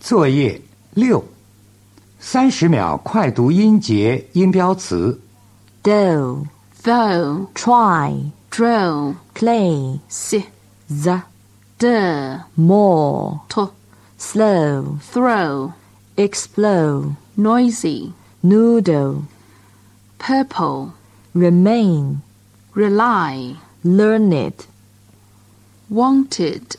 作业六，三十秒快读音节、音标词。 Go, though, try, drove, place, si, the, der, more, to, slow, throw, explode, noisy, noodle, purple, remain, rely, learn it. wanted.